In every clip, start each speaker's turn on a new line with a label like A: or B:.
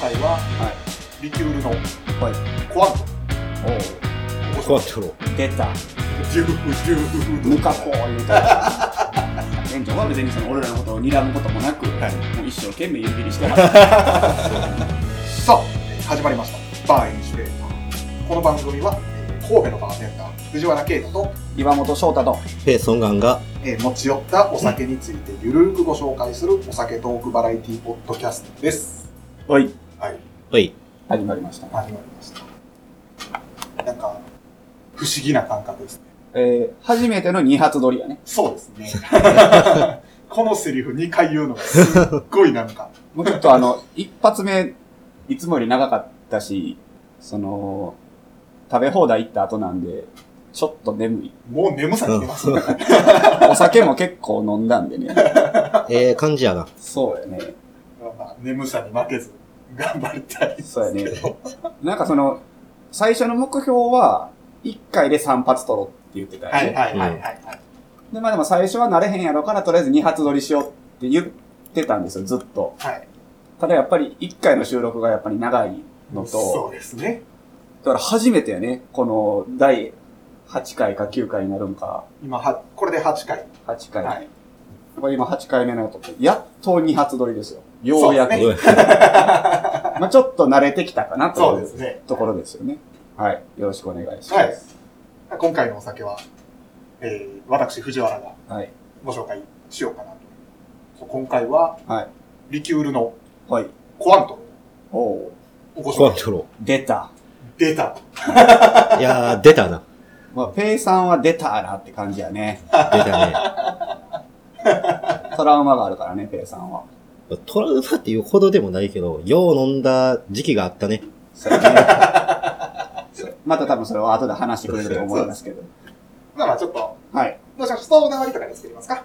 A: 回は、
B: はい
A: リキュールの
B: はい
A: コアント。
B: おうこうやってろ
C: 出た
A: ジュージュー
C: ぬかこう言うた店長は別にその俺らのことを睨むこともなく、
A: はい
C: もう一生懸命湯切りしてはる
A: さあ、えー始まりました。バーインシュレーター。この番組は、えー神戸のバーテンダー、藤原啓太と、
C: 岩本翔太と
B: ペイソンガンが
A: えー持ち寄ったお酒についてゆるーくご紹介するお酒トークバラエティポッドキャストです。
C: はい
A: はい、
B: はい
C: 始まりました
A: 始まりました。なんか、不思議な感覚ですね。
C: えー、初めての二発撮りやね
A: そうですね。 このセリフ2回言うのがすっごいなんか、
C: もうちょっとあの 一発目いつもより長かったしその食べ放題行った後なんでちょっと眠い
A: もう眠さに出ますね。
C: お酒も結構飲んだんでね
B: ええ感じやな
C: そうやね
A: まあ眠さに負けず、頑張りたい。
C: そうやね。なんかその、最初の目標は、1回で3発取ろうって言ってたよね。
A: はいはいはいはいはい。
C: で、まあでも最初は慣れへんやろから、とりあえず2発撮りしようって言ってたんですよ、ずっと。
A: はい。
C: ただやっぱり1回の収録がやっぱり長いのと、
A: そうですね。
C: だから初めてやね、この第8回か9回になるんか、
A: 今は、これで8回。
C: 8回。
A: はい
C: これ今8回目のとこやっと2発撮りですよ。ようやく。
A: そう
C: まあちょっと慣れてきたかな
A: そ
C: と
A: う
C: い
A: で
C: う
A: すね。
C: ところですよね。はい。よろしくお願いします。
A: はい今回のお酒は、えー、私、藤原が
C: はい。
A: ご紹介しようかなと。そう今回は、
C: はい
A: リキュールの
C: はい。
A: コアント
C: おお
A: をご
B: こう
A: 紹
B: やっ
A: 介
B: てろ
C: 出た。
A: 出た。
B: いやー出たな
C: まあ、ペイさんは出たなって感じやね。
B: 出た
C: トラウマがあるからね、ペイさんは。
B: ねトラウマっていうほどでもないけどよう飲んだ時期があったね
C: そうやね そうまた多分それは後で話してくれると思いますけど。
A: まあまあちょっと、
C: はい。
A: どうしましょう。ストーン代わりとかで作りますか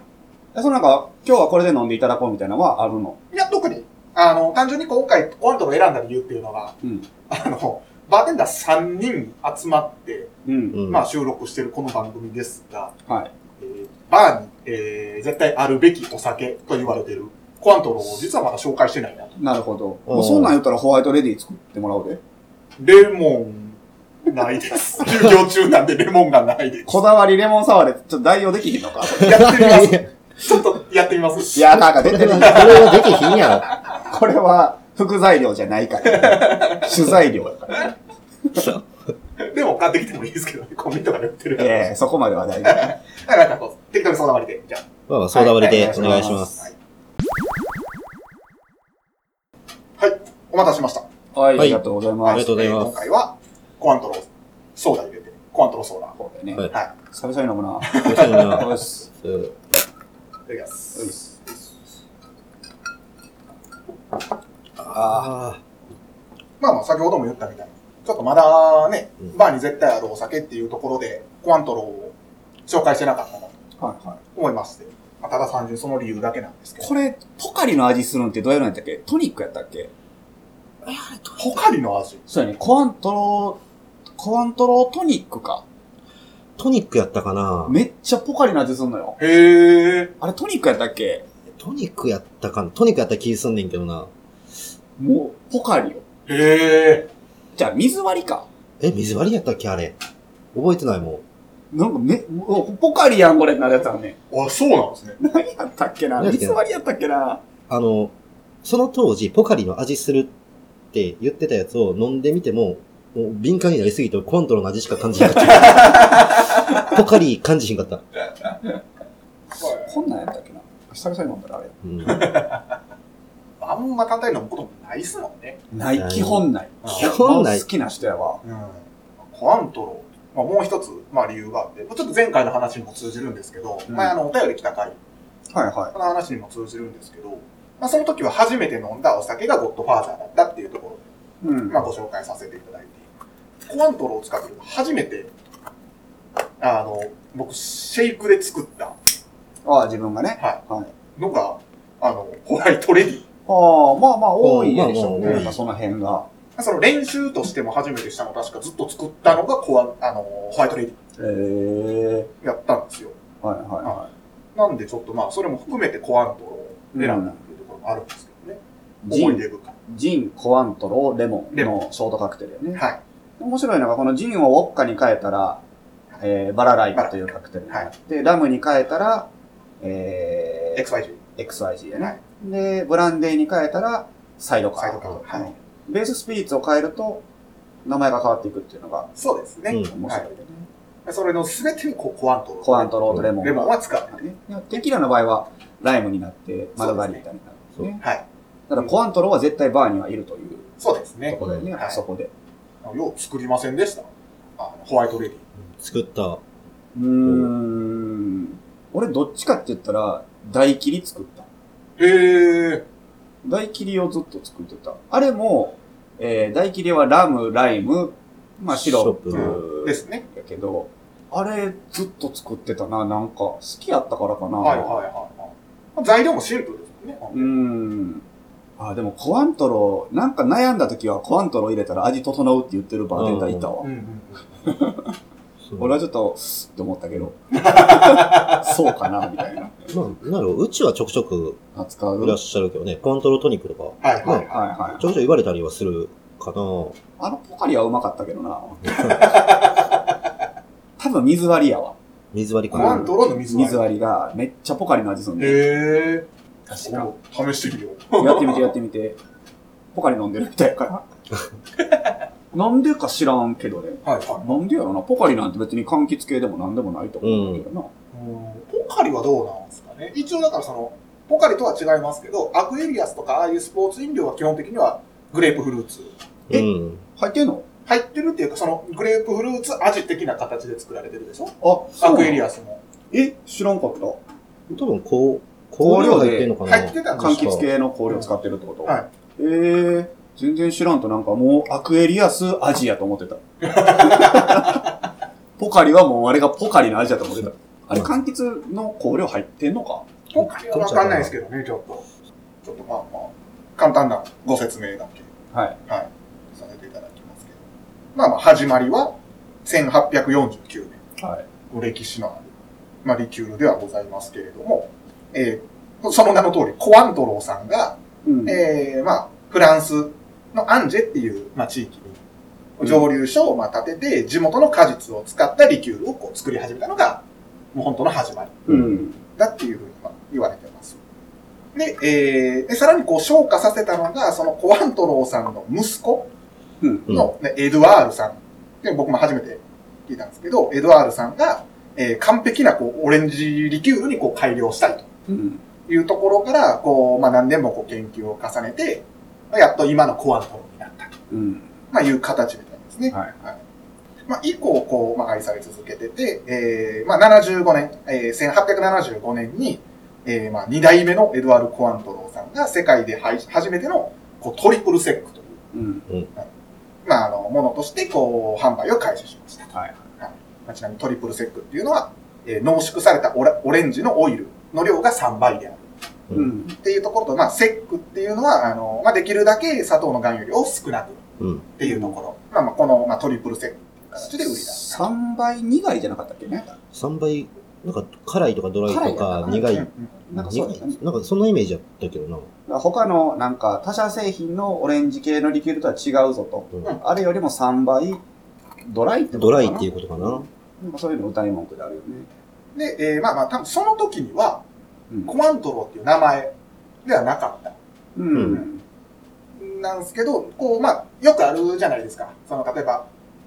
C: えそのなんか、今日はこれで飲んでいただこうみたいなのはあるの。
A: いや、特に、あの、単純に今回、コアントを選んだ理由っていうのが、
C: うん。
A: あの、バーテンダー3人集まって、
C: うん。
B: うん
A: まあ収録してるこの番組ですが、
C: はい。
A: えーバーに、えー絶対あるべきお酒と言われてるコアントロを実はまだ紹介してないなと。
C: なるほど。
B: おー
C: もうそんなん言ったらホワイトレディ作ってもらおうで。
A: レモン、ない です。休業中なんでレモンがないです。
C: こだわりレモンサワーでちょっと代用できひんのか。
A: やってみます。ちょっとやってみます。
C: いや、なんか出
B: こ
C: て
B: れ
C: る。
B: はできひんや
C: これは副材料じゃな いから。主材料だから。
A: レモン買ってきてもいいですけどね。コンビニとかで売ってるから。
C: ええそこまでは大丈
A: だ
C: 夫。
A: からなんかこう、適当に相談割りで。じゃあ。
B: ろ。まあ、相談割りで
C: はい
B: お願いします。
A: はい。お待たせしました。
C: はい、
B: は
C: あ
B: い
C: りがとうござい
B: あ
C: ま
B: り
C: す
B: が。とうござい
A: 今
B: ます。
A: 回は、コアントロソーダ入れて、コアントロソーダ。
C: そうだよね。
B: はい
A: はい。
C: 久々に飲む な。
B: 美味しいな
C: よし。
B: うん
A: いただきます。
C: よし。あ
B: あ
A: まあまあ、先ほども言ったみたいに、ちょっとまだね、
B: うん
A: バーに絶対あるお酒っていうところで、コアントロを紹介してなかったなと
C: あ。はいはい。
A: 思いまして、まあ、ただ単純にその理由だけなんですけど、
C: これ、ポカリの味するんってどうやるんやったっけトニックやったっけ
A: ポカリの味。
C: そうやね。コアントロー、コアントロートニックか。
B: トニックやったかな
C: めっちゃポカリの味するのよ。
A: へー。
C: あれトニックやったっけ
B: トニックやったかなトニックやった気すんねんけどな。
C: もう、ポカリよ。
A: へ
C: じゃあ、水割りか。
B: え、水割りやったっけあれ。覚えてないも
C: なんかめ、もうポカリやん、これってなるやつはね。
A: ー。あ、そうなんですね。
C: 何やったっけな
B: 何やったっけ
C: 水割りやったっけな
B: う。あの、その当時、ポカリの味するって言ってたやつを飲んでみても、もう敏感になりすぎてコントロの味しか感じなかった。ポカリ感じひんかった。
C: こんなんやったっけな久々に飲んだらあれ。
B: うん、
A: あんま単体飲むこともないっすもんね。
C: ない、基本ない。
B: 基本ない
C: もう好きな人やわ。
A: うん。コアントロ、まあ、もう一つ、まあ理由があって、ちょっと前回の話にも通じるんですけど、
C: うん
A: 前あの、お便り来た回、
C: はいは
A: この話にも通じるんですけど、まあその時は初めて飲んだお酒がゴッドファーザーだったっていうところで
C: い。うん。
A: まあ、ご紹介させていただいて、コアントロを使って初めて、あの、僕、シェイクで作った
C: ああ、自分がね。
A: は
C: はい。
A: のが、あの、ホワイトレディ。
C: ああ、まあまあ多いでしょう
B: まあまあ多
C: ね。
B: い
C: なんかその辺が。
A: その練習としても初めてしたの確かずっと作ったのがコア、あの、ホワイトレデ
C: へえ。
A: ィやったんですよ。
C: はいはいは
A: なんでちょっとまあ、それも含めてコアントロを選んだっていうところもあるんですけどね。
C: い。ジ
A: 思い
C: ン、
A: 出深い。
C: ジン、コアントロ、レモン
A: レモ
C: のショートカクテルよね。
A: はい。
C: 面白いのが、このジンをウォッカに変えたら、えーバラライブというカクテルになって、ラムに変えたら、え
A: XYG。
C: ー XYG やね、
A: はい
C: で、ブランデーに変えたら、サイドカ
A: サイ
C: ー
A: ドカー
C: と。
A: はい
C: うんベーススピリッツを変えると、名前が変わっていくっていうのが
A: そうですね。
B: うん
C: 面白いよね。
A: はい。それの全てにこう、コアントロ。
C: コアントローとレモン。
A: レモンは使わない。
C: ね、テキーラの場合は、ライムになって、マルガリータになるんです
B: そうです
C: ね。
A: はい。
C: ただ、コアントロは絶対バーにはいるという
A: そうです
C: と
A: ね。
C: ころでね、
A: はい
C: そこで。
A: よう作りませんでした。あのホワイトレディ。
B: 作った。
C: うーん。俺、どっちかって言ったら、大切り作った。
A: へえ。
C: 大切りをずっと作ってた。あれも、えー、大切りはラム、ライム、まあ、シロップ
B: シロッ
A: ー。ですね。
C: やけど、あれずっと作ってたな。なんか、好きやったからかな。
A: はいはいはいはい。材料もシンプルですもんね。
C: うーん。あ、でも、コアントロ、なんか悩んだ時はコアントロ入れたら味整うって言ってるバーテンダーいたわ
A: うん。うん
B: そう
C: 俺はちょっと、すって思った けど。そうかな、みたいな。
B: まあ、なんだろう、うちはちょくちょく
C: 扱う。
B: いらっしゃるけどね、コントロートニックとか、
A: うん。はいはい
C: はい
A: は
C: は
B: ち
C: い。
B: ょくちょく言われたりはするかな
C: あのポカリはうまかったけど な。多分水割りやわ。
B: 水割
A: い。
B: り
A: コ
B: か
A: ア
B: な
A: ン。トロの水割
C: 水割りがめっちゃポカリの味するん
A: り。
C: で。
A: へえ。
C: 確か。
A: 今度試してみよう。
C: やってみてやってみて。ポカリ飲んでるみたいや から。なんでか知らんけどね。
A: はいは
C: なんでやろな。ポカリなんて別に柑橘系でもなんでもないと思うんだけどな。
A: いうん。ポカリはどうなんですかね。一応だからその、ポカリとは違いますけど、アクエリアスとかああいうスポーツ飲料は基本的にはグレープフルーツ。
B: う
C: え
B: ん。
C: 入ってんの
A: 入ってるっていうか、そのグレープフルーツ味的な形で作られてるでしょ
C: あ、
A: アクエリ
C: ア。
A: アスも。
C: え、知らんかった。
B: 多分、こう、香料入ってんのかな
A: 入ってたんで
C: 柑橘系の香料使ってるってこと。
A: はい
C: えー、全然知らんとなんかもうアクエリアスアジアと思ってた。 ポカリはもうあれがポカリの味だと思ってた。あれ柑橘の香料入ってんのか
A: ポカリはわかんないですけどね、ちょっと。ちょっとまあまあ、簡単なご説明だけ
C: はい。
A: させていただきますけど。まあまあ、始まりは1849年。
C: はい。
A: 歴史のある、まあ、リキュールではございますけれども、えーその名の通り、コアントローさんが、
C: うん。
A: えーまあ、フランスのアンジェっていう、まあ、地域に蒸留所をまあ建てて、地元の果実を使ったリキュールをこう作り始めたのが、もう本当の始まり
C: うん。
A: だっていうふうにまあ言われてます。で、えーでさらにこう昇華させたのが、そのコアントローさんの息子、
C: うん。
A: の、ねエドワールさんで僕も初めて聞いたんですけど、エドワールさんが、えー完璧なこうオレンジリキュールにこう改良したい
C: うん。
A: というところから、こうまあ、何年もこう研究を重ねて、まあやっと今のコアントロになったと、
C: うん。
A: まあ、いう形みたいですね。
C: はい。
A: まあ、以降こう、まあ、愛され続けてて、えーまあ、75年、えー1875年に、えーまあ、2代目のエドワール・コアントローさんが世界で配初めてのこうトリプルセックという
C: うん。
A: まあ、あの、ものとして、こう、販売を開始しました。
C: はい。
A: まあちなみにトリプルセックっていうのは、えー濃縮されたオレオレンジのオイルの量が3倍である
B: う
C: うん。
A: っていうところと、まあ、セックっていうのは、あの、まあ、できるだけ砂糖の含有量を少なくっ
B: うん。
A: ていうところ。まあ、まあ、この、まあ、トリプルセックっていう形で売り出す。
C: 3倍苦いじゃなかったっけね。
B: 3倍、なんか、辛いとかドライとか、
C: 辛
B: 苦
A: うんう
B: い。
A: ん
C: なんかそうだったね。
B: なんか、そんなイメージだったけどな。
C: 他のなんか他社製品のオレンジ系のリキュールとは違うぞと。
B: うん
C: あれよりも3倍ドライってこと
B: ド
C: か
B: ラ
C: な
B: イっていうことかな。
C: なんかそういうの歌い文句であるよね。
A: で、えーまあまあ、多分その時には、
C: うん
A: コアントローっていう名前ではなかった。
C: うん。
A: なんですけど、こう、まあ、よくあるじゃないですか。その、例えば、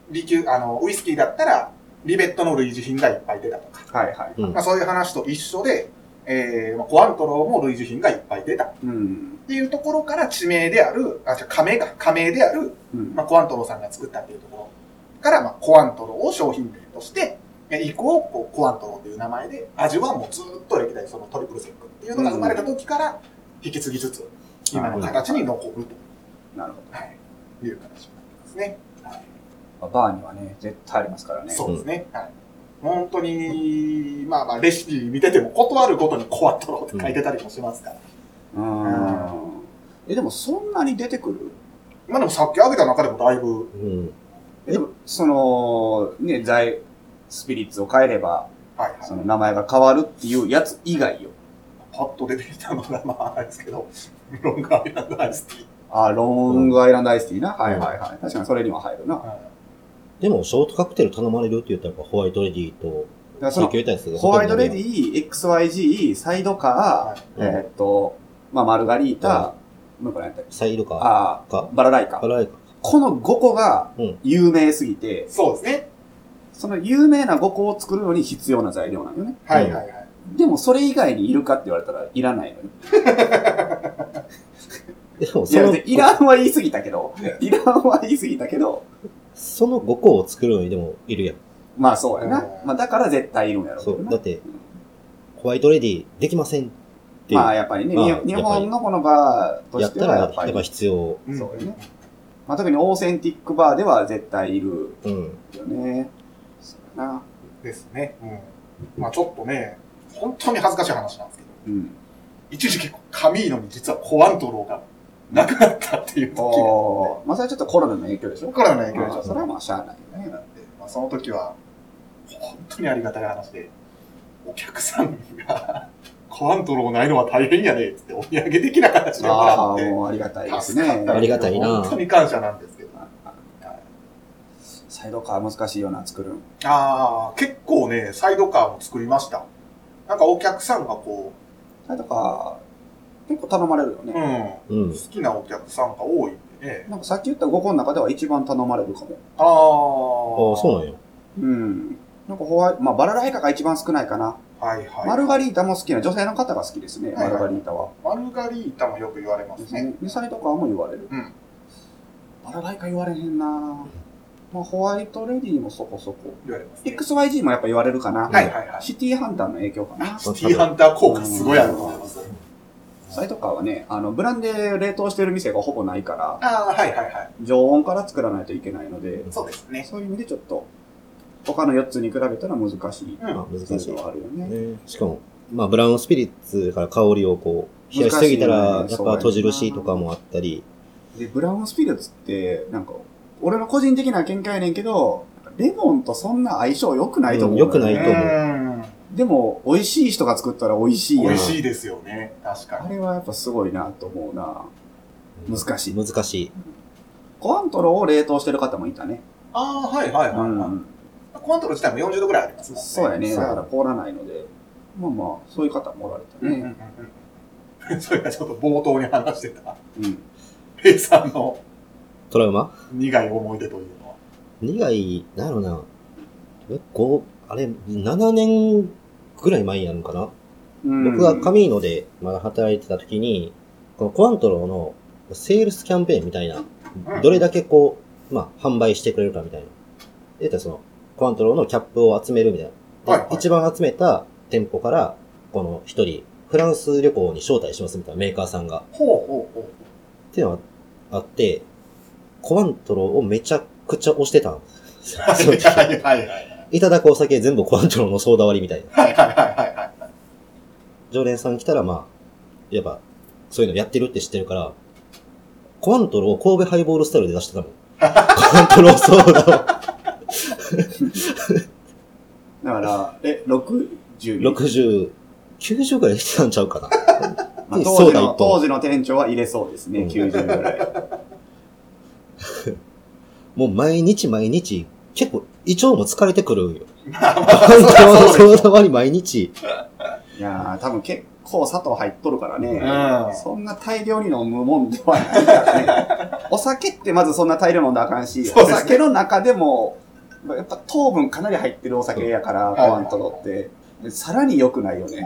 A: リキュあの、ウイスキーだったら、リベットの類似品がいっぱい出たとか、
C: はいはい。
B: うん
A: まあ、そういう話と一緒で、えー、まあ、コアントロも類似品がいっぱい出たっ
C: うん。
A: ていうところから地名である、あ、じゃあ、名が、加名である、
C: うん
A: まあ、コアントロさんが作ったっていうところから、まあ、コアントロを商品名として、え以降、こうコアントロという名前で、味はもうずっと歴代そのトリプルセックっていうのが生まれた時から引き継ぎつつ、今の形に残ると。
C: なるほ
A: はい。いう形になってますね。
C: ど。バーにはね、絶対ありますからね。
A: そうですね。はい。本当に、まあまあ、レシピ見てても、断るごとにコアトロって書いてたりもしますから。
C: うーん。え、でもそんなに出てくる
A: まあでもさっき挙げた中でもだいぶ、
B: うん。
C: え、でも、その、ね、在、スピリッツを変えれば、
A: はい
C: そ
A: はい。
C: の名前が変わるっていうやつ以外よ。
A: パッと出てきたのが、まあ、あれですけど、ロングアイランドアイスティー。
C: あ、ロングアイランドアイスティーな。はいはいはい。確かにそれには入るな。だか
D: でも、ショートカクテル頼まれるって言ったら、ホワイトレディと、
C: らそ
D: 提
C: の
D: 供いたやつが
C: ホワイトレデ
D: ィ
C: ィ、XYG、サイドカー、
D: はい
C: えーっと、まあ、マルガリータ
D: は、
C: もう一個何やったっけ
D: サイドカ
C: あ
D: ーか
C: ー、バラライカ
D: バ。ラエか。
C: この5個が
D: うん
C: 有名すぎて、
A: そうですね。
C: その有名な5個を作るのに必要な材料なんよね。
A: はいはいはい。
C: でもそれ以外にいるかって言われたらいらないのよ。
D: でも、
C: い
D: そ
C: や、
D: の、
C: 別にいらんは言い過ぎたけど、 いらんは言い過ぎたけど、
D: その5個を作るのにでもいるやん。
C: まあそうやな
A: う。ん
C: まあだから絶対いるんやろうけ
D: そ
C: ど
D: う。
C: な
D: だって、ホワイトレディできませんっていう。
C: まあやっぱりね、
D: まあ
C: に
D: やっぱり
C: 日本のこのバーと
D: や
C: し
D: ってた
C: は
D: ら、
C: や
D: や
C: っぱ
D: っ
C: り
D: ぱ、必要。
C: そうよね。まあ特にオーセンティックバーでは絶対いる
D: うん。
C: よね。そうやな。
A: ですね。うん。まあちょっとね、本当に恥ずかしい話なんですけど、
C: うん。
A: 一時期カミーノに実はコアントローがなくなったっていう時があって、
C: おーまあそれはちょっとコロナの影響でしょ
A: コロナの影響でし
C: まあ
A: ょ
C: それはまあしゃあないよね。
A: なんで、まあ、その時は、本当にありがたい話で、お客さんが、コアントローないのは大変やねっつってお土産的な形でもら
C: あ
A: っ
C: あ、
A: て、
C: もうありがたいです
A: 助かった
C: ね
A: んで。
D: ありがたいな
A: 本当に感謝なんですけど。
C: サイドカー難しいよな、作るん。
A: ああ、結構ね、サイドカーも作りました。なんかお客さんがこ
C: サイドカー、結構頼まれるよ
A: う、
C: ね。
A: うん、
D: うん
A: 好。きなお客さんが多いんでね。
C: なんかさっき言った5個の中では一番頼まれるかも。
A: ああ。
D: ああ、そうなんや。
C: うん。なんかホワイまあバラライカが一番少ないかな。
A: はいはい。
C: マルガリータも好きな女性の方が好きですね、
A: はいはい
C: マルガリータは。
A: マルガリータもよく言われますね。
C: ミサイとかも言われる。
A: うん
C: バラライカ言われへんなまあホワイトレディもそこそこ。
A: 言われます、ね。
C: XYG もやっぱ言われるかな。
A: はいはいはい。シ
C: シティハンターの影響かな。
A: ティーハンター効果すごいあると思います。
C: サイドカーはね、あの、ブランで冷凍してる店がほぼないから、
A: ああ、はいはいはい。
C: 常温から作らないといけないので、
A: そうですね。
C: そういう意味でちょっと、他の4つに比べたら難しい
A: うん
D: まあ、難
C: 選
D: し
C: 手
D: い。
C: はあるよね。
D: ね、しかも、まあ、ブラウンスピリッツから香りをこう、冷やしすぎたら
C: 難、しい
D: や
C: よ
D: っ
C: ね
D: ぱ閉じるしとかもあったり、
C: で、ブラウンスピリッツって、なんか、俺の個人的な見解やねんけど、レモンとそんな相性良くないと思う、
D: うん良くないと思う
A: うん
C: でも、美味しい人が作ったら美味しい
A: 美
C: やん
A: 味。しいですよね。確か
C: あ
A: に。
C: れはやっぱすごいなと思うな。難しい
D: 難しい。
C: コアントロを冷凍してる方もいたね。
A: ああ、はいはいはい。コアントロ自体も40度ぐらいありますもんね。
C: そうやね。
D: そう
C: だから凍らないので。まあまあ、そういう方もおられた
A: うんうんうん
C: ね。
A: うん。 それがちょっと冒頭に話してた、
C: うん。
A: ペイさんの
D: トラウマ
A: 苦い思い出というのは。
D: 苦い、なんやろな。え、こう、あれ、7年ぐらい前になるんかな、
C: うん
D: 僕がカミーノでまだ働いてた時に、このコアントローのセールスキャンペーンみたいな、どれだけこう、まあ、販売してくれるかみたいな。で、その、コアントローのキャップを集めるみたいな。で
A: はいはい
D: 一番集めた店舗から、この一人、フランス旅行に招待しますみたいなメーカーさんが。
A: ほうほうほ
D: っていうのがあって、コアントローをめちゃくちゃ押してたんです
A: う。 はいはいはいはい。
D: いただくお酒全部コアントローのソーダ割りみたいな。
A: はいはいはいはい。
D: 常連さん来たらまあ、やっぱ、そういうのやってるって知ってるから、コアントローを神戸ハイボールスタイルで出してたもん。コアントローソーダ
C: だから、え、60
D: を60、90ぐらいしてたんちゃうかな。
C: まあ
D: で
C: 当時
D: ソーダ
C: の
D: 一本
C: 当時の店長は入れそうですね、
D: うん
C: 90ぐらい。
D: もう毎日毎日、結構胃腸も疲れてくるんよ。コアントローのソーダ割り毎日。
C: いやー、多分結構砂糖入っとるからね。
A: うん
C: そんな大量に飲むもんではないからね。お酒ってまずそんな大量飲んだらあかんし、
A: そう
C: お
A: ですね
C: 酒の中でも、やっぱ糖分かなり入ってるお酒やから、
A: はい
C: コアントロって。でさらに良くないよね。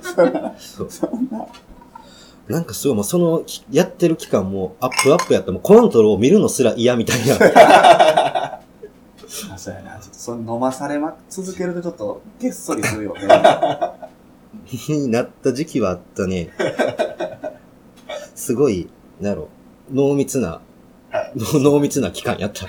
D: そうなんかすごい、もうその、やってる期間もアップアップやった。もうコアントローを見るのすら嫌みたいな。
C: あそうやな。ちょっとその飲まされま、続けるとちょっとげっそりするよね。
D: になった時期はあったね。すごい、なんやろ、濃密な、
A: は
D: の濃密な期間やった。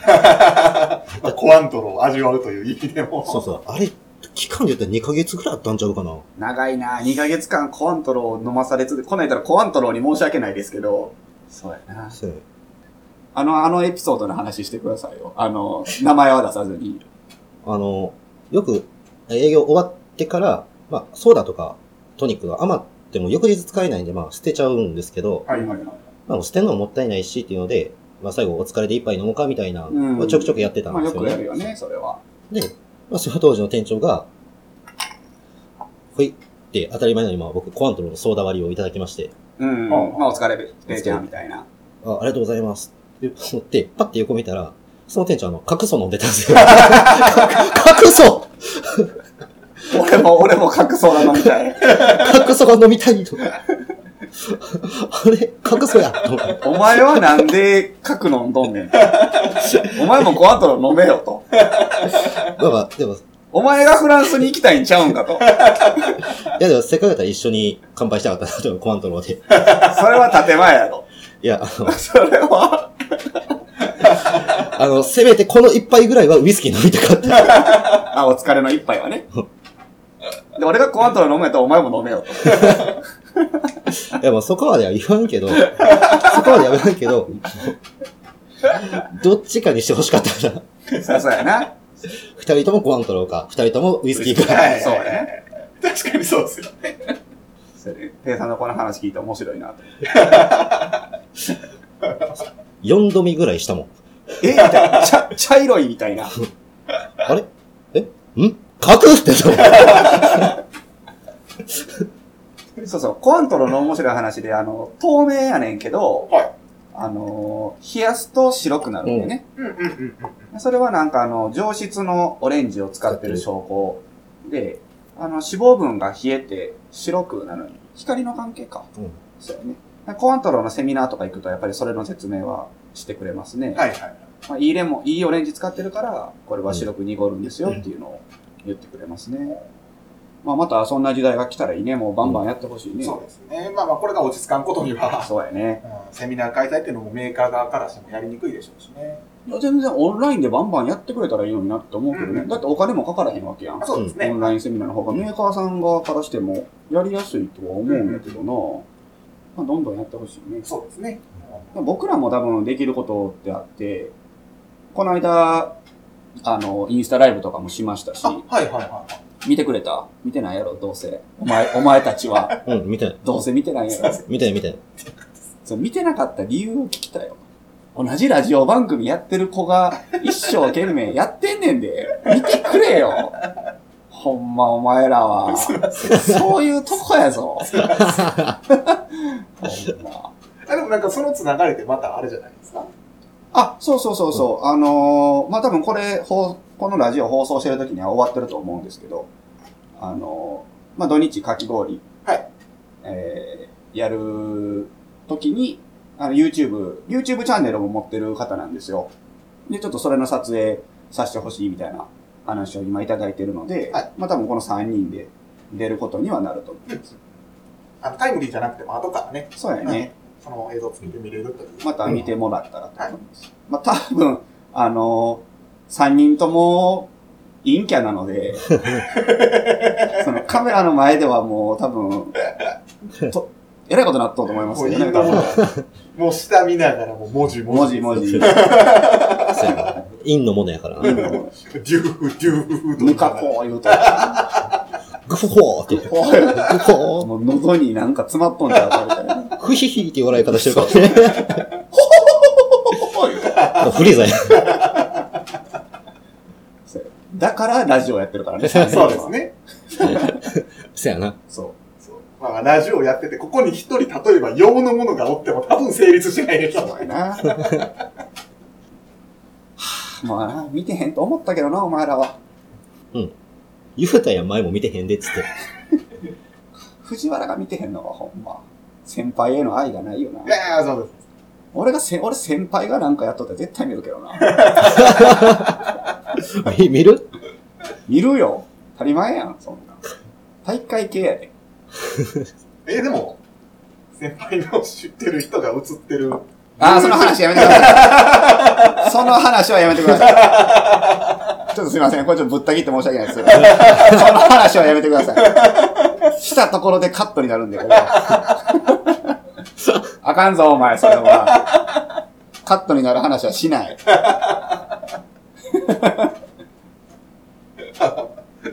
A: まあコアントロを味わうという意味でも。
D: そうそう。あれ、期間で言ったら2ヶ月ぐらいあったんちゃうかな。
C: 長いな。2ヶ月間コアントロを飲まされ続け、こないだらコアントロに申し訳ないですけど。そうやな。
D: そうや
C: あの、あのエピソードの話してくださいよ。あの、名前は出さずに。
D: あの、よく営業終わってから、まあ、ソーダとかトニックが余っても翌日使えないんで、まあ、捨てちゃうんですけど、
A: はいはいはい。
D: まあ、捨てるのももったいないしっていうので、まあ、最後お疲れで一杯飲もうかみたいな、
C: うん
D: まあちょくちょくやってた
C: ま
D: ん
C: あ
D: で
C: よ
D: すよ
C: く
D: ね。
C: やるよね、それは。
D: で、まあ、その当時の店長が、ほいって当たり前の今僕、コアントロのソーダ割りをいただきまして、
C: うん。ま
A: ああ
C: あお疲れ、べちゃんみたいな。
D: あありがとうございますって思って、パッて横見たら、その店長あの、角素飲んでたんですよ。角素
C: 俺も、俺も隠そうなのみたい。
D: 角素が飲みたいと。あれ角素やと思っ て
C: お前はなんで核飲んどんねん。 お前もコアントロ飲めよと。
D: まあまあ、でも、い
C: お前がフランスに行きたいんちゃうんかと。
D: やでもせっかくだったら一緒に乾杯したかったなと、コアントロで。
C: それは建前やろ。
D: いや、あの、
C: それは、
D: あのせめてこの一杯ぐらいはウイスキー飲みたかった。
C: あ、お疲れの一杯はね。で、俺がコアントロ飲めとお前も飲めよと。
D: いや、まあそこまでは言わんけど、そこまでは言わんけど、どっちかにしてほしかったな。
C: そ りゃそうやな。
D: 二人ともコアントロか、二人ともウイスキーか。
A: はい
C: そうやね。
A: 確かにそうですよ。
C: それペイさんのこの話聞いて面白いなと。
D: 四度見ぐらいしたもん。
C: えみたいな。茶、茶色いみたいな。
D: あれえん角ってそう。は
C: そうそう。コアントロの面白い話で、あの、透明やねんけど、
A: はい
C: あの、冷やすと白くなるんだよね。
A: うんうんうんうん。
C: それはなんかあの、上質のオレンジを使ってる証拠で、あの、脂肪分が冷えて白くなるのに。光の関係か。
D: うん
C: そうよね。コアントロのセミナーとか行くと、やっぱりそれの説明はしてくれますね。
A: はいはい。
C: まあ、いいレモン、いいオレンジ使ってるから、これは白く濁るんですよっていうのを言ってくれますね。まあ、またそんな時代が来たらいいね。もうバンバンやってほしいね。
A: そうですね。まあまあ、これが落ち着かんことには、
C: そうやね。
A: うんセミナー開催っていうのもメーカー側からしてもやりにくいでしょうしね。
C: いや全然オンラインでバンバンやってくれたらいいのになって思うけどね。
A: うん
C: だってお金もかからへんわけやん。
A: そうですね。
C: オンラインセミナーの方がメーカーさん側からしてもやりやすいとは思うんだけどな。まあ、どんどんやってほしいね。
A: そうですね。
C: 僕らも多分できることってあって、この間、あの、インスタライブとかもしましたし
A: あ、、はいはいはい。
C: 見てくれた見てないやろ、どうせ。お前、 お前たちは、
D: うん、見たい。
C: どうせ見てないやろ。
D: 見たい見たい。
C: そう、見てなかった理由を聞きたよ。同じラジオ番組やってる子が、一生懸命やってんねんで、見てくれよ。ほんま、お前らは、そういうとこやぞ。 ほんま。
A: あでもなんかそのつながれてまたあれじゃないですか。
C: あ、そうそうそうそう。あのーまあ、多分これ、放このラジオ放送してる時には終わってると思うんですけど、あのーまあ、土日かき氷、
A: はい
C: えーやる時に、あの、YouTube、YouTube チャンネルも持ってる方なんですよ。で、ちょっとそれの撮影させてほしいみたいな話を今いただいてるので、
A: はい
C: まあ、多分この3人で出ることにはなると思うんです。
A: あのタイムリーじゃなくても後からね、
C: そうやね。
A: その映像つけて見れるという。
C: また見てもらったらと思います。まあ多分、あのー、3人とも陰キャな ので、そのカメラの前ではもう多分、とえらいことなっとうと思います
A: もう
C: け
A: いいの
C: どね、多
A: も
C: 分。
A: うもう下見ながらもう文字
C: 文
A: 文
C: 字
A: 字。
C: 文字。
D: そうやな陰のものやからな。
A: デューフ、デューフ、
C: ぬかこう言うと、
D: グフホーって。グ
C: こう言う
D: フホー
C: もう喉になんか詰まっとんちゃうかみたいな。
D: フヒヒっていう笑い方してるからね。フリーザや。
C: そうだからラジオやってるからね。そう
A: そうです。ね。
D: そうやな。
C: そう。
A: そうまあ、ラジオやってて、ここに一人、例えば、用のものがおっても多分成立しないでしょ。
C: そうやな。はあまあな、見てへんと思ったけどな、お前らは。
D: 言うたやん前も見てへんでっつって。
C: 藤原が見てへんのはほんま。先輩への愛がないよない
A: やいや、そうです。
C: 俺がせ、俺先輩がなんかやっとったら絶対見るけどな。
D: み見る
C: 見るよ。当たり前やん、そんな。大会系やで。
A: え、でも、先輩の知ってる人が映ってる。
C: あー、その話やめてください。 その話はやめてくださ い。ちょっとすいません。これちょっとぶった切って申し訳 ないです。その話はやめてください。したところでカットになるんで、これはあかんぞ、お前、それは。カットになる話はしない。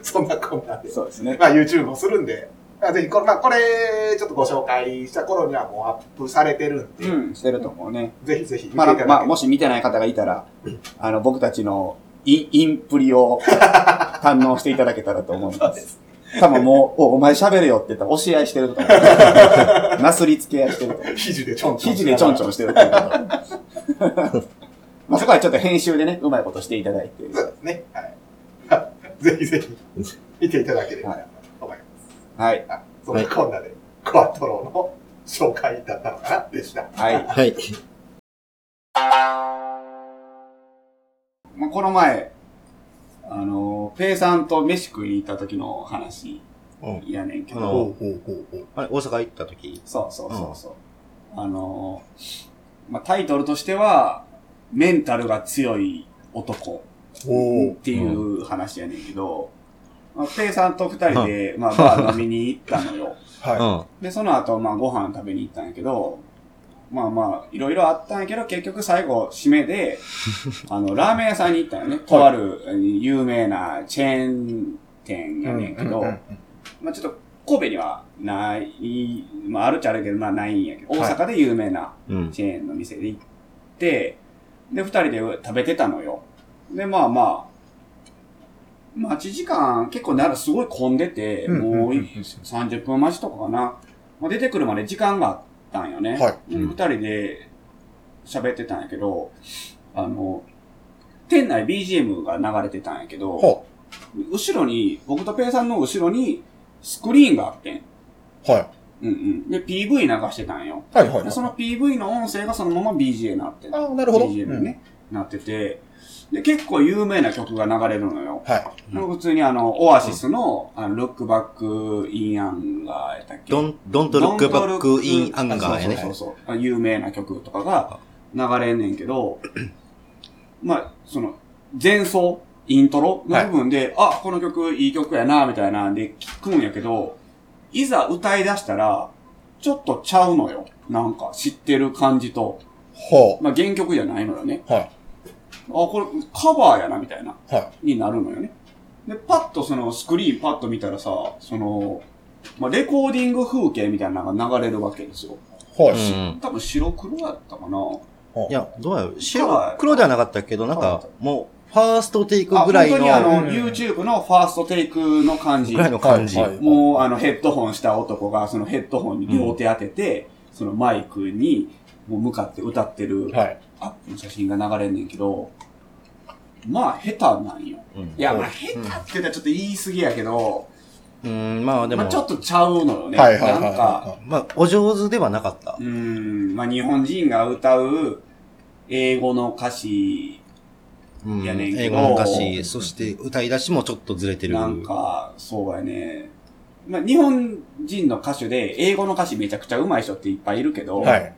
A: そんなこんなで。
C: そうですね。
A: まあ、YouTube もするんで、あぜひ、これ、まあ、これ、ちょっとご紹介した頃にはもうアップされてるんで、
C: うん、してると思うね。
A: ぜひぜひ見てい
C: ま
A: ただ
C: あ
A: けた、ら、
C: まあ、もし見てない方がいたら、あの、僕たちのインインプ リを堪能していただけたらと思います。多分もう、おお前喋れよって言ったら、押し合いしてると思 う。なすりつけ合いしてると思う。
A: 肘でちょんちょん。
C: 肘でちょんち
A: ん。
C: ょんしてると思う。まあ、そこはちょっと編集でね、うまいことしていただいて。
A: そうですね。はい。 ぜひぜひ、見ていただければと思います。
C: はい。
A: あそんなこんなで、クワトローの紹介だったのかなでした。
C: はい。
B: はい。
C: まあ、この前、あの、ペイさんと飯食いに行った時の話
B: うん
C: やねんけ
B: う
C: ど、
B: ほ
A: ほうほうほう。
B: あれ、大阪行った時
C: そうそうそうそう。あの、まあ、タイトルとしては、メンタルが強い男
A: お
C: っていう話やねんけど、まあ、ペイさんと二人で、まあ、バー飲みに行ったのよ。
A: はい。
C: で、その後、まあ、ご飯食べに行ったんやけど、まあまあ、いろいろあったんやけど、結局最後、締 めで、あの、ラーメン屋さんに行ったよね。とあるえー有名なチェーン店やねんけど、
A: うんうん
C: まあちょっと神戸にはない、まああるっちゃあるけど、まあないんやけど、大阪で有名な
B: うん。うん。
C: チェーンの店で行って、で、二人で食べてたのよ。で、まあまあ、待ち時間結構ならすごい混んでて、
A: うんうんうん
C: もうい30分待ちとかかな。まあ、出てくるまで時間があったんよね。
A: はい
C: うん二人で喋ってたんやけど、あの、店内 BGM が流れてたんやけど、
A: ほ
C: 後ろに、僕とペイさんの後ろにスクリーンがあってん。
A: はい。
C: うんうん。で、PV 流してたんよ。
A: はいはいは
C: で
A: い。
C: その PV の音声がそのまま BGA になってん
A: ああ、なるほど。
C: BGM にね、なってて、で、結構有名な曲が流れるのよ。
A: うん。は
C: なんか普通にあの、オアシスの、あの、ロックバック・イン・アンガーやったっけ
B: ドン、ドントルックバックインアンガーや
C: あ
B: ね。
C: そうそうそうそう。有名な曲とかが流れんねんけど、 まあ、その、前奏、イントロの部分で、あ、この曲いい曲やな、みたいなんで聞くんやけど、いざ歌い出したら、ちょっとちゃうのよ。なんか知ってる感じと。
A: い。ほ
C: まあ原曲じゃないのよね。
A: う。はい。
C: あ、これカバーやな、みたいな。
A: は
C: になるのよね。で、パッとそのスクリーンパッと見たらさ、その、まあレコーディング風景みたいなのが流れるわけですよ。
A: ほ
B: う
A: い。
B: ん。
C: 多分白黒やったかな。
B: いや、どうやろう白、黒ではなかったけど、なんか、もう、ファーストテイク
C: あ
B: ぐらい
C: 本当にあ
B: の、
C: の、YouTube のファーストテイクの感じ
B: ぐ。らいの感じ。
A: はいはい
C: もうあのヘッドホンした男がそのヘッドホンに両手当てて、そのマイクにもう向かって歌ってる
A: はい。
C: アップの写真が流れんねんけど、まあ下手なんよ。
B: うん
C: いや、まあ下手って言ったらちょっと言い過ぎやけど、
B: うん、まあで
C: ま
B: も
C: あ、ちょっとちゃうのよね。
A: はいはいはい。
C: なんか、
B: まあ、お上手ではなかった
C: う。ん、まあ日本人が歌う英語の歌詞
B: うん。
C: やねんけど
B: 英語の歌詞、そして歌い出しもちょっとずれてる。
C: なんか、そうやね。まあ、日本人の歌手で、英語の歌詞めちゃくちゃ上手い人っていっぱいいるけど、
A: はい。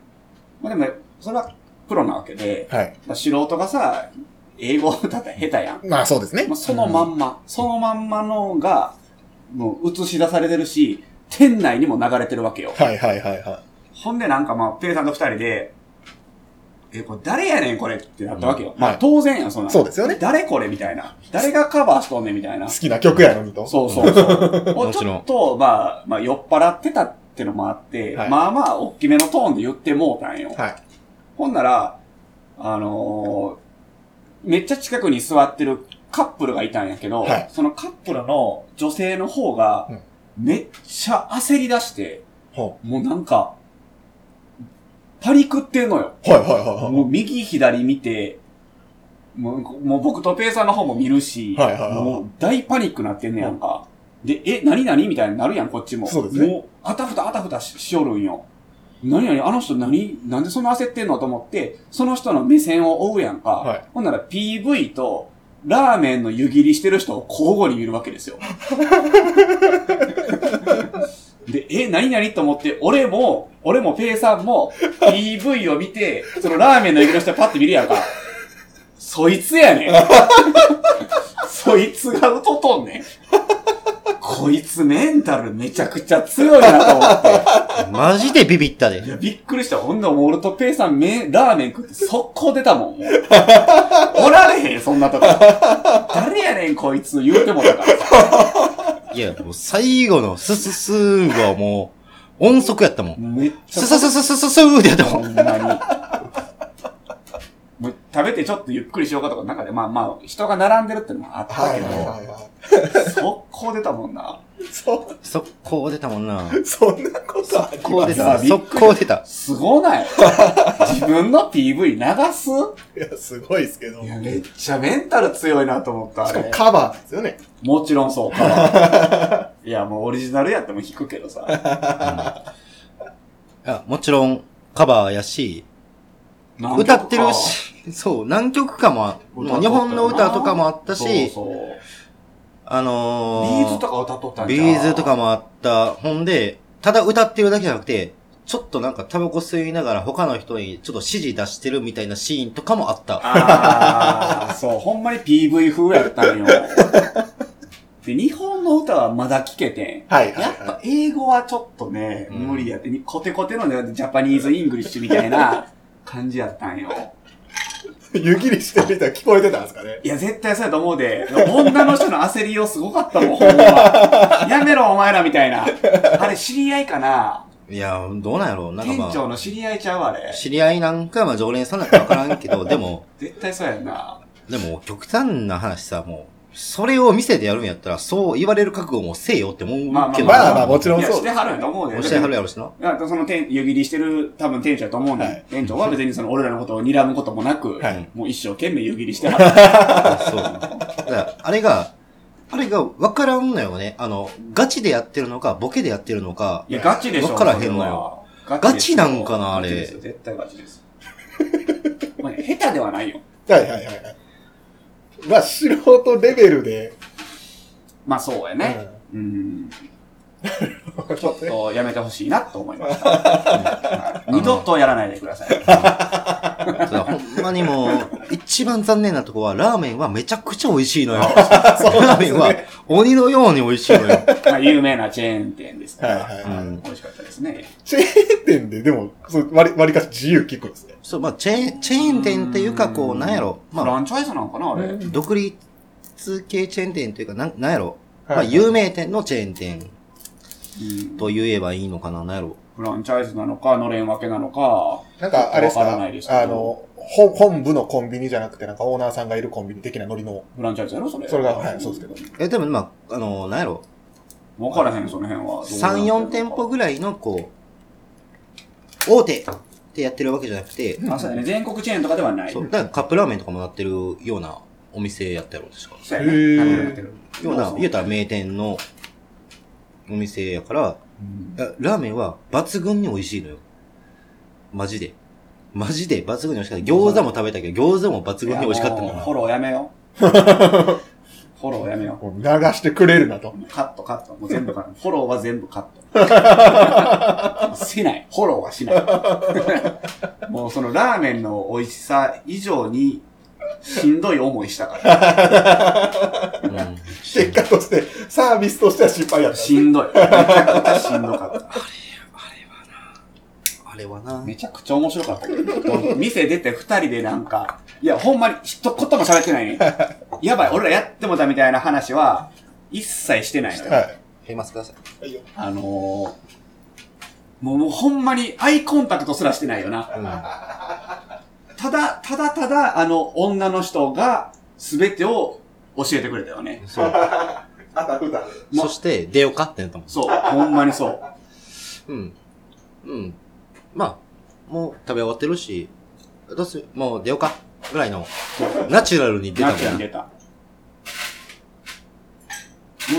C: まあ、でも、それはプロなわけで、
A: はい。
C: まあ、素人がさ、英語を歌ったら下手やん。
A: まあそうですね
C: まあ、。そのまんま、そのまんまのが、もう映し出されてるし、店内にも流れてるわけよ。
A: はいはいはいは
C: ほんでなんかまあ、ペイさんと二人で、え、これ誰やねんこれってなったわけよ。
A: ん
C: ま
A: は
C: あ
A: い
C: 当然やん、そんなん。
A: そうですよね。
C: 誰これみたいな。誰がカバーしとんねんみたいない
A: 好。きな曲やのにと。
C: そうそうそう。
B: もち
C: ち
B: ろん
C: ょっと、まあ、まあ、酔っ払ってたってのもあって、
A: はい
C: まあまあ、大きめのトーンで言ってもうたんよ。
A: はい。
C: ほんなら、あのーめっちゃ近くに座ってるカップルがいたんやけど、
A: はい
C: そのカップルの女性の方が
A: うん、
C: めっちゃ焦り出して、
A: ほ
C: もうなんか、パリ食ってんのよ。
A: うはいはいはいはい。
C: もう右左見て、もうもう僕とペイさんの方も見るし、
A: はいはいはい
C: もう大パニックなってんねやんか。で、え、何何みたいになるやん、こっちも。
A: そうですね
C: もう、あたふたあたふたししおるんよ。何々あの人何なんでそんな焦ってんのと思って、その人の目線を追うやんか。
A: はい
C: ほんなら PV と、ラーメンの湯切りしてる人を交互に見るわ けですよ。で、え、何々と思って、俺も、俺もペイさんも、PV を見て、そのラーメンの湯切りの人パッて見るやんか。そいつや ねん。そいつがととんねん。こいつメンタルめちゃくちゃ強いなと思って。
B: マジでビビったで
C: い。や、びっくりした。ほんで、俺とペイさん、め、ラーメン食って速攻出たもん、もう。 おられへん、そんなとこ。誰やねん、こいつ、言うてもだからさ。
D: いや、もう最後のスススーはもう、音速やったもん。
C: めっちゃ
D: スススススススーってやったもん。
C: ほんまに。もう食べてちょっとゆっくりしようかとか、なんかで、まあまあ、人が並んでるってのもあった
A: は
C: け
A: い
C: ど、
A: はいはいはい。
C: 速攻出たもんな。
A: そ、
D: 速攻出たもんな。
A: そんなことあり
D: 速攻
A: ま
D: 出
A: す
D: た。速攻出た。
C: すごない自分の PV 流す
A: いや、すごいですけど。
C: い
A: し
C: や、めっちゃメンタル強いなと思った、あ
A: かも
C: れ。
A: カバーですよね。
C: もちろんそうか。いや、もうオリジナルやっても弾くけどさ。
D: いやもちろん、カバーやし、
C: 何曲か
D: 歌ってる。し、そう、何曲かもあ、
C: 歌っとったよな
D: 日本の歌とかもあったし、
C: そうそう。
D: あの
C: ビ
D: ー、
C: ーズとか歌っとったんじゃん
D: ビーズとかもあった。ほんで、ただ歌ってるだけじゃなくて、ちょっとなんかタバコ吸いながら他の人にちょっと指示出してるみたいなシーンとかもあった。
C: ああ、そう、ほんまに PV 風やったんよ。で、日本の歌はまだ聴けてん。
A: はいはい
C: やっ
A: は
C: ぱ英語はちょっとね、
D: うん
C: 無理やって、にコテコテのねジャパニーズ・イングリッシュみたいな感じやったんよ。
A: い。湯切りしてる人は聞こえてたんですかね。
C: いや、絶対そうやと思うで。女の人の焦りよすごかったもん、ほんま。やめろ、お前らみたいな。あれ、知り合いかない
D: や、どうなんやろうなんか
C: 店
D: ま
C: 長の知り合いちゃうあれ
D: あ、。知り合いなんかまあ常連さんなんかわからん けど、でも、
C: 絶対そうやんな。
D: でも極端な話さ、もう、それを店でやるんやったら、そう言われる覚悟もせえよって思うけど。
C: まあまあ
A: まあまあもちろん
C: いや、
A: そう
C: してはるんやと思うで。
D: 教えはるやろしな。
C: だからその店、湯切りしてる、多分店長やと思うねん、
A: はい
C: 店長は別にその俺らのことを睨むこともなく、
A: はい
C: もう一生懸命湯切りしては る。
D: そう。だからあれが、あれが分からんのよね。あの、ガチでやってるのか、ボケでやってるのか
C: い、や、ガチでしょ。
D: わからへんのよ
C: それは。ですよ
D: ガチなんかなあれ
C: ガチですよ絶対ガチです。まあね下手ではないよ。
A: はいはいはいはい。まあ、素人レベルで。
C: まあそうやね。うん。 ちょっとやめてほしいなと思いま した。はい二度とやらないでください。
D: だからほんまにもう、一番残念なとこは、ラーメンはめちゃくちゃ美味しいのよ。ラーメンは鬼のように美味しいのよ。
C: まあ有名なチェーン店ですか
A: はい
C: ら、
A: はいうはい。
D: ん。
C: 美味しかったですね。
A: チェーン店で、でも、そう割り割りかし自由聞くんですね。
D: そう、まあ、チェーン、チェーン店っていうか、こう、なんやろ。
C: フ
D: ま
C: ラ
D: あ、
C: ンチャイズなんかなあれ。
D: 独立系チェーン店というか、なん、なんやろ。ま
A: は
D: あ、
A: い
D: 有名店のチェーン店
C: うん
D: と言えばいいのかな、なんやろ。
C: フランチャイズなのか、のれん分けなのか、
A: なんか、あれです
C: わか
A: から
C: ないですけど
A: あの、本本部のコンビニじゃなくて、なんかオーナーさんがいるコンビニ的なノリの。
C: フランチャイズやろそれ。
A: それがはいそうですけ
C: ど。
D: え、でも、まあ、あの、なんやろ。
C: 分からへん、その辺は。
D: 3、4店舗ぐらいの、こう、大手ってやってるわけじゃなくて、
C: らい。あ、そうやね。全国チェーンとかではない。
D: そ、
C: そうう
D: だからカップラーメンとかもなってるようなお店やったやろ、確か。
C: や
A: へー
C: ね。なるほどなってる
D: ような、
C: そう
D: 言うたら名店のお店やから、
A: うん
D: あラーメンは抜群に美味しいのよ。マジで。マジで抜群に美味しかった。餃子も食べたけど、餃子も抜群に美味しかった
C: いやも
D: の
C: う
D: よ
C: フォローやめよ う。フォローやめよ
A: こう流してくれるなと。
C: う。カット、カット。もう全部 カット。フォローは全部カット。しない。フォローはしない。もうそのラーメンの美味しさ以上に、しんどい思いしたから。
D: うん
A: 結果として、サービスとしては失敗やった。
C: しんどい。めちゃくちゃしんどかった。
D: あれはな。
C: めちゃくちゃ面白かったけど、店出て二人でなんか、いや、ほんまに一言も喋ってない。やばい、俺らやってもだみたいな話は、一切してないのよ。
A: は
D: ヘマスください。
A: い。
C: あのー、もうもうほんまにアイコンタクトすらしてないよな。
D: うん
C: ただ、ただただ、あの、女の人が全てを教えてくれたよね。
D: そう。
A: あたふた。
D: そして、出ようかってなったもん。
C: そう、 ほんまにそう。
D: うん。うん。まあ、もう食べ終わってるし、どうするもう出ようかぐらいの、ナチュラルに出た
C: ナ
D: もん
C: チュラル
D: な
C: に。出た。も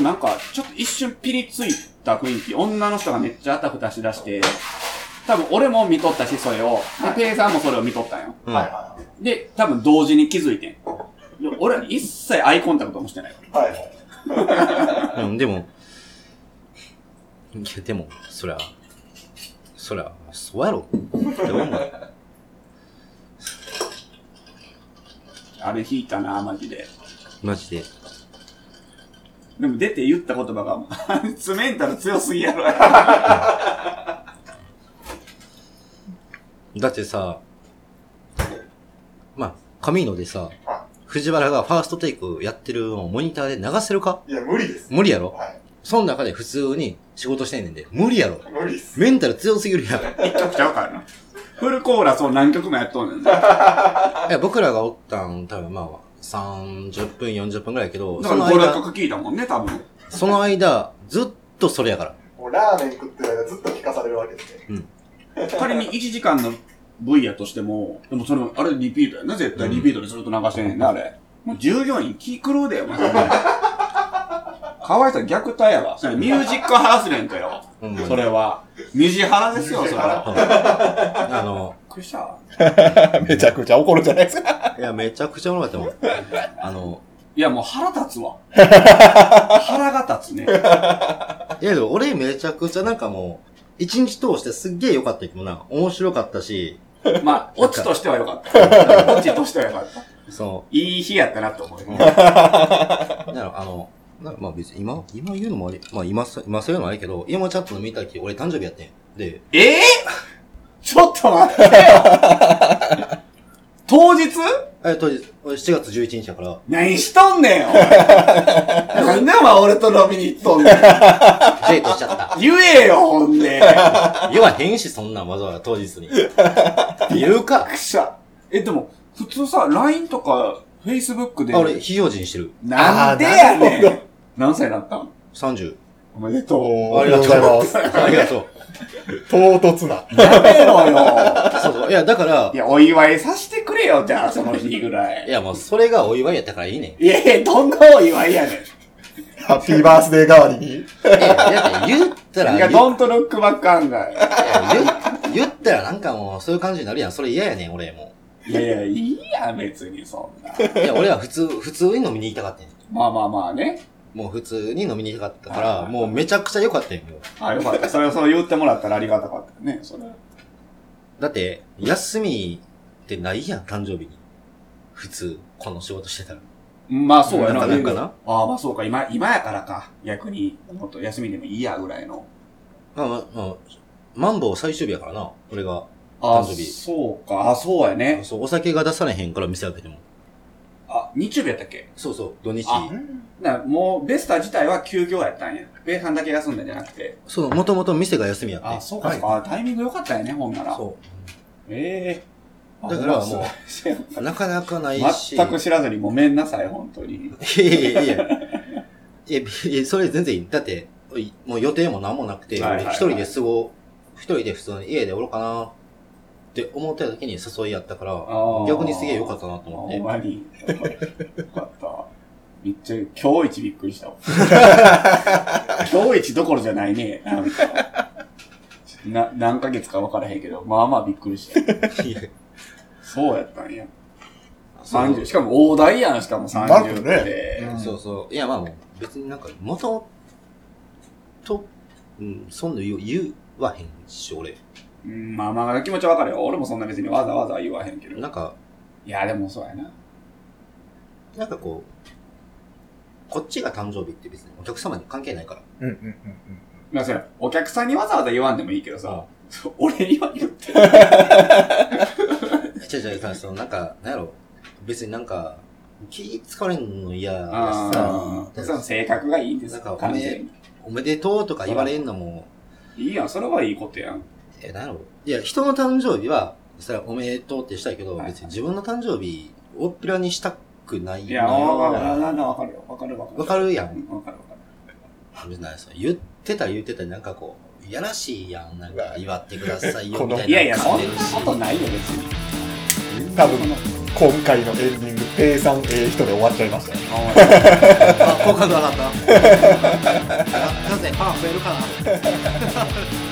C: うなんか、ちょっと一瞬ピリついた雰囲気。女の人がめっちゃあたふたしだして、多分俺も見とったし、それを。で、ペイさんもそれを見とったんよ。
D: うん
A: はいは
C: で、多分同時に気づいてん。で俺一切アイコンタクトもしてないから。
A: い。はいはい。
D: うん、でも、いや、でも、そりゃ、そりゃ、そうやろ。って思うもん。
C: あれ引いたな、マジで。
D: マジで。
C: でも出て言った言葉が、 あいつメンタル強すぎやろ。
D: だってさ、まあ、神野でさ
A: は、
D: 藤原がファーストテイクやってるのをモニターで流せるか
A: いや、無理です。
D: 無理やろ
A: はい。
D: その中で普通に仕事してんねんで、無理やろ。
A: 無理っす。
D: メンタル強すぎる やろ。
C: 一曲ちゃうからな。フルコーラスを何曲もやっとんねん。だか
D: いや僕らがおったん、多分まあ、30分、40分ぐらいやけど、そ
C: ら
D: の
C: 5、6
D: 間、
C: 曲聞いたもんね、多分。
D: その間、ずっとそれやから。
A: もうラーメン食ってる間ずっと聞かされるわけですね。
C: 仮に1時間の V やとしても、でもそれも、あれリピートやな、絶対リピートでずっと流してんねんな、あれ。もう従業員気狂うだよ、マジで。かわいそう、虐待やわ。それミュージックハラスメントよ。
D: ほんまに
C: それは。ミジハラですよ、それは。
D: あの、
C: びっくりした。
A: めちゃくちゃ怒るじゃないですか。
D: いや、めちゃくちゃおもろかったもん。 あの、
C: いや、もう腹立つわ。腹が立つね。
D: いや、でも俺めちゃくちゃなんかもう、一日通してすっげえ良かったけどな、面白かったし、
C: まあ、オチとしては良かった。オチとしては良かった。
D: その、
C: いい日やったなと思います。
D: なんだろう、あの、なんかまあ別に今、今言うのもあり、まあ今さ、今そういうのもありけど、今チャットの見た時俺誕生日やってん。で、
C: ええちょっと待ってよ当日
D: えっと、俺7月11日だから、
C: 何しとんねんよお前なんでお前俺と飲みに行っとんねん
D: デートしちゃった。
C: 言えよ、ほんで。
D: 言わへんし、そんなんわざわざ当日に。言うか。
C: くしゃ。え、でも、普通さ、LINE とか、Facebook で
D: あ、。俺、非表示にしてる。
C: なんでやねん。何歳だったん
D: 30。
C: おめでとう。
A: ありがとうございます。
D: ありがとう。
A: 唐突な。
C: やめろよ。
D: そうそう。いや、だから
C: い、や、お祝いさせてくれよ、じゃあ、その日ぐら
D: い
C: い。
D: や、もうそれがお祝いやったからいいねん。
C: いやいや、どんなお祝いやねん。
A: ハッピーバースデー代わりに。
D: いや、だって言ったら、
C: い
D: 言
C: や、
D: っ
C: ドントロックバックアンガー。
D: 言言ったらなんかもう、そういう感じになるやん。それ嫌やねん、俺も
C: いやいや、いいや、別にそんな。
D: う。いや、俺は普通、普通に飲みに行きたかったん。
C: まあまあまあね。
D: もう普通に飲みに行きたかったか
C: はいはい
D: ら、
C: はい
D: もうめちゃくちゃ良かったんよ。もう
C: あ、よかった。それをそう言ってもらったらありがたかったね、それ。
D: だって、休みってないやん、誕生日に。普通、この仕事してたら。
C: まあそうやな。
D: なんかな
C: ああ、まあそうか。今、今やからか。逆に、もっと休みでもいいや、ぐらいの。
D: まあまあ、まあ、マンボウ最終日やからな、俺が。
C: ああ、
D: 誕生日
C: そうか。ああ、そうやね。
D: そう、お酒が出されへんから店開けても。
C: あ、日曜日やったっけ
D: そうそう、土日。
C: あなもう、ベスター自体は休業やったんや。米飯だけ休んだんじゃなくて。
D: そう、もともと店が休みやって。
C: ああ、そうか、
D: は
C: そ
D: いう
C: か。ああタイミング良かったよね、ほんなら。
D: そ
C: ええ
D: だからもう
C: う。
D: う。なかなかないし。
C: 全く知らずにごめんなさい、本当に。
D: いやいやいや。いやいや、それ全然いい。だって、いもう予定も何もなくて、
C: はいはいはい
D: 一人で過ご、一人で普通に家でおろうかなって思ってた時に誘いやったから、
C: ああ
D: 逆にすげえ良かったなと
C: あ
D: 思
C: ほん
D: っ
C: まに。よかった。めっちゃ、今日一びっくり したわ。今日一どころじゃないね。なんかな何ヶ月か分からへんけど、まあまあびっくりした。
D: て。いや
C: そうやったんや。
D: そう
C: 30。しかも大台やん、しかも
A: なる
C: 30
A: ね
C: って。
A: うん
D: そうそう。いや、まあもう、別になんか、もと、と、うん、そんな言う言わへんし、俺。
C: うん、まあまあ気持ちは分かるよ。俺もそんな別にわざわざ言わへんけど。
D: なんか、
C: いや、でもそうやな。
D: なんかこう、こっちが誕生日って別にお客様に関係ないから。
A: うんうんうんうん。
C: まあそれ、お客さんにわざわざ言わんでもいいけどさ、俺には言って。
D: 違う違う違う、そのなんか、なんやろ、別になんか、気使われんの嫌やし
C: あ
D: さ
C: あ、その、性格がいいんです
D: なんかおめ
C: 完全に。
D: おめでとうとか言われんのも、
C: いいやん、それはいいことやん。
D: え、なんやろ、いや、人の誕生日は、それはおめでとうってしたいけど、
C: はい
D: 別に自分の誕生日、大っぴらにしたくない
C: いや、
D: のよ
C: わかる、なんだわかるよ。わかるわかる。
D: わかるや。
C: うんんわかるわかる。
D: 別になんかその言ってたら言ってたらなんかこう、いやらしいやん、なんか祝ってくだ さいよ、
A: こ
D: み
A: の
D: たいない
C: やいや、そ
D: 感
C: ん
D: じ
C: な
D: る
C: ことないよ、別に。
A: 多分今回のエンディング、ペイさん、ええ人で終わっちゃいましたね。
D: あ好感度上がった。なぜ、パン増えるかな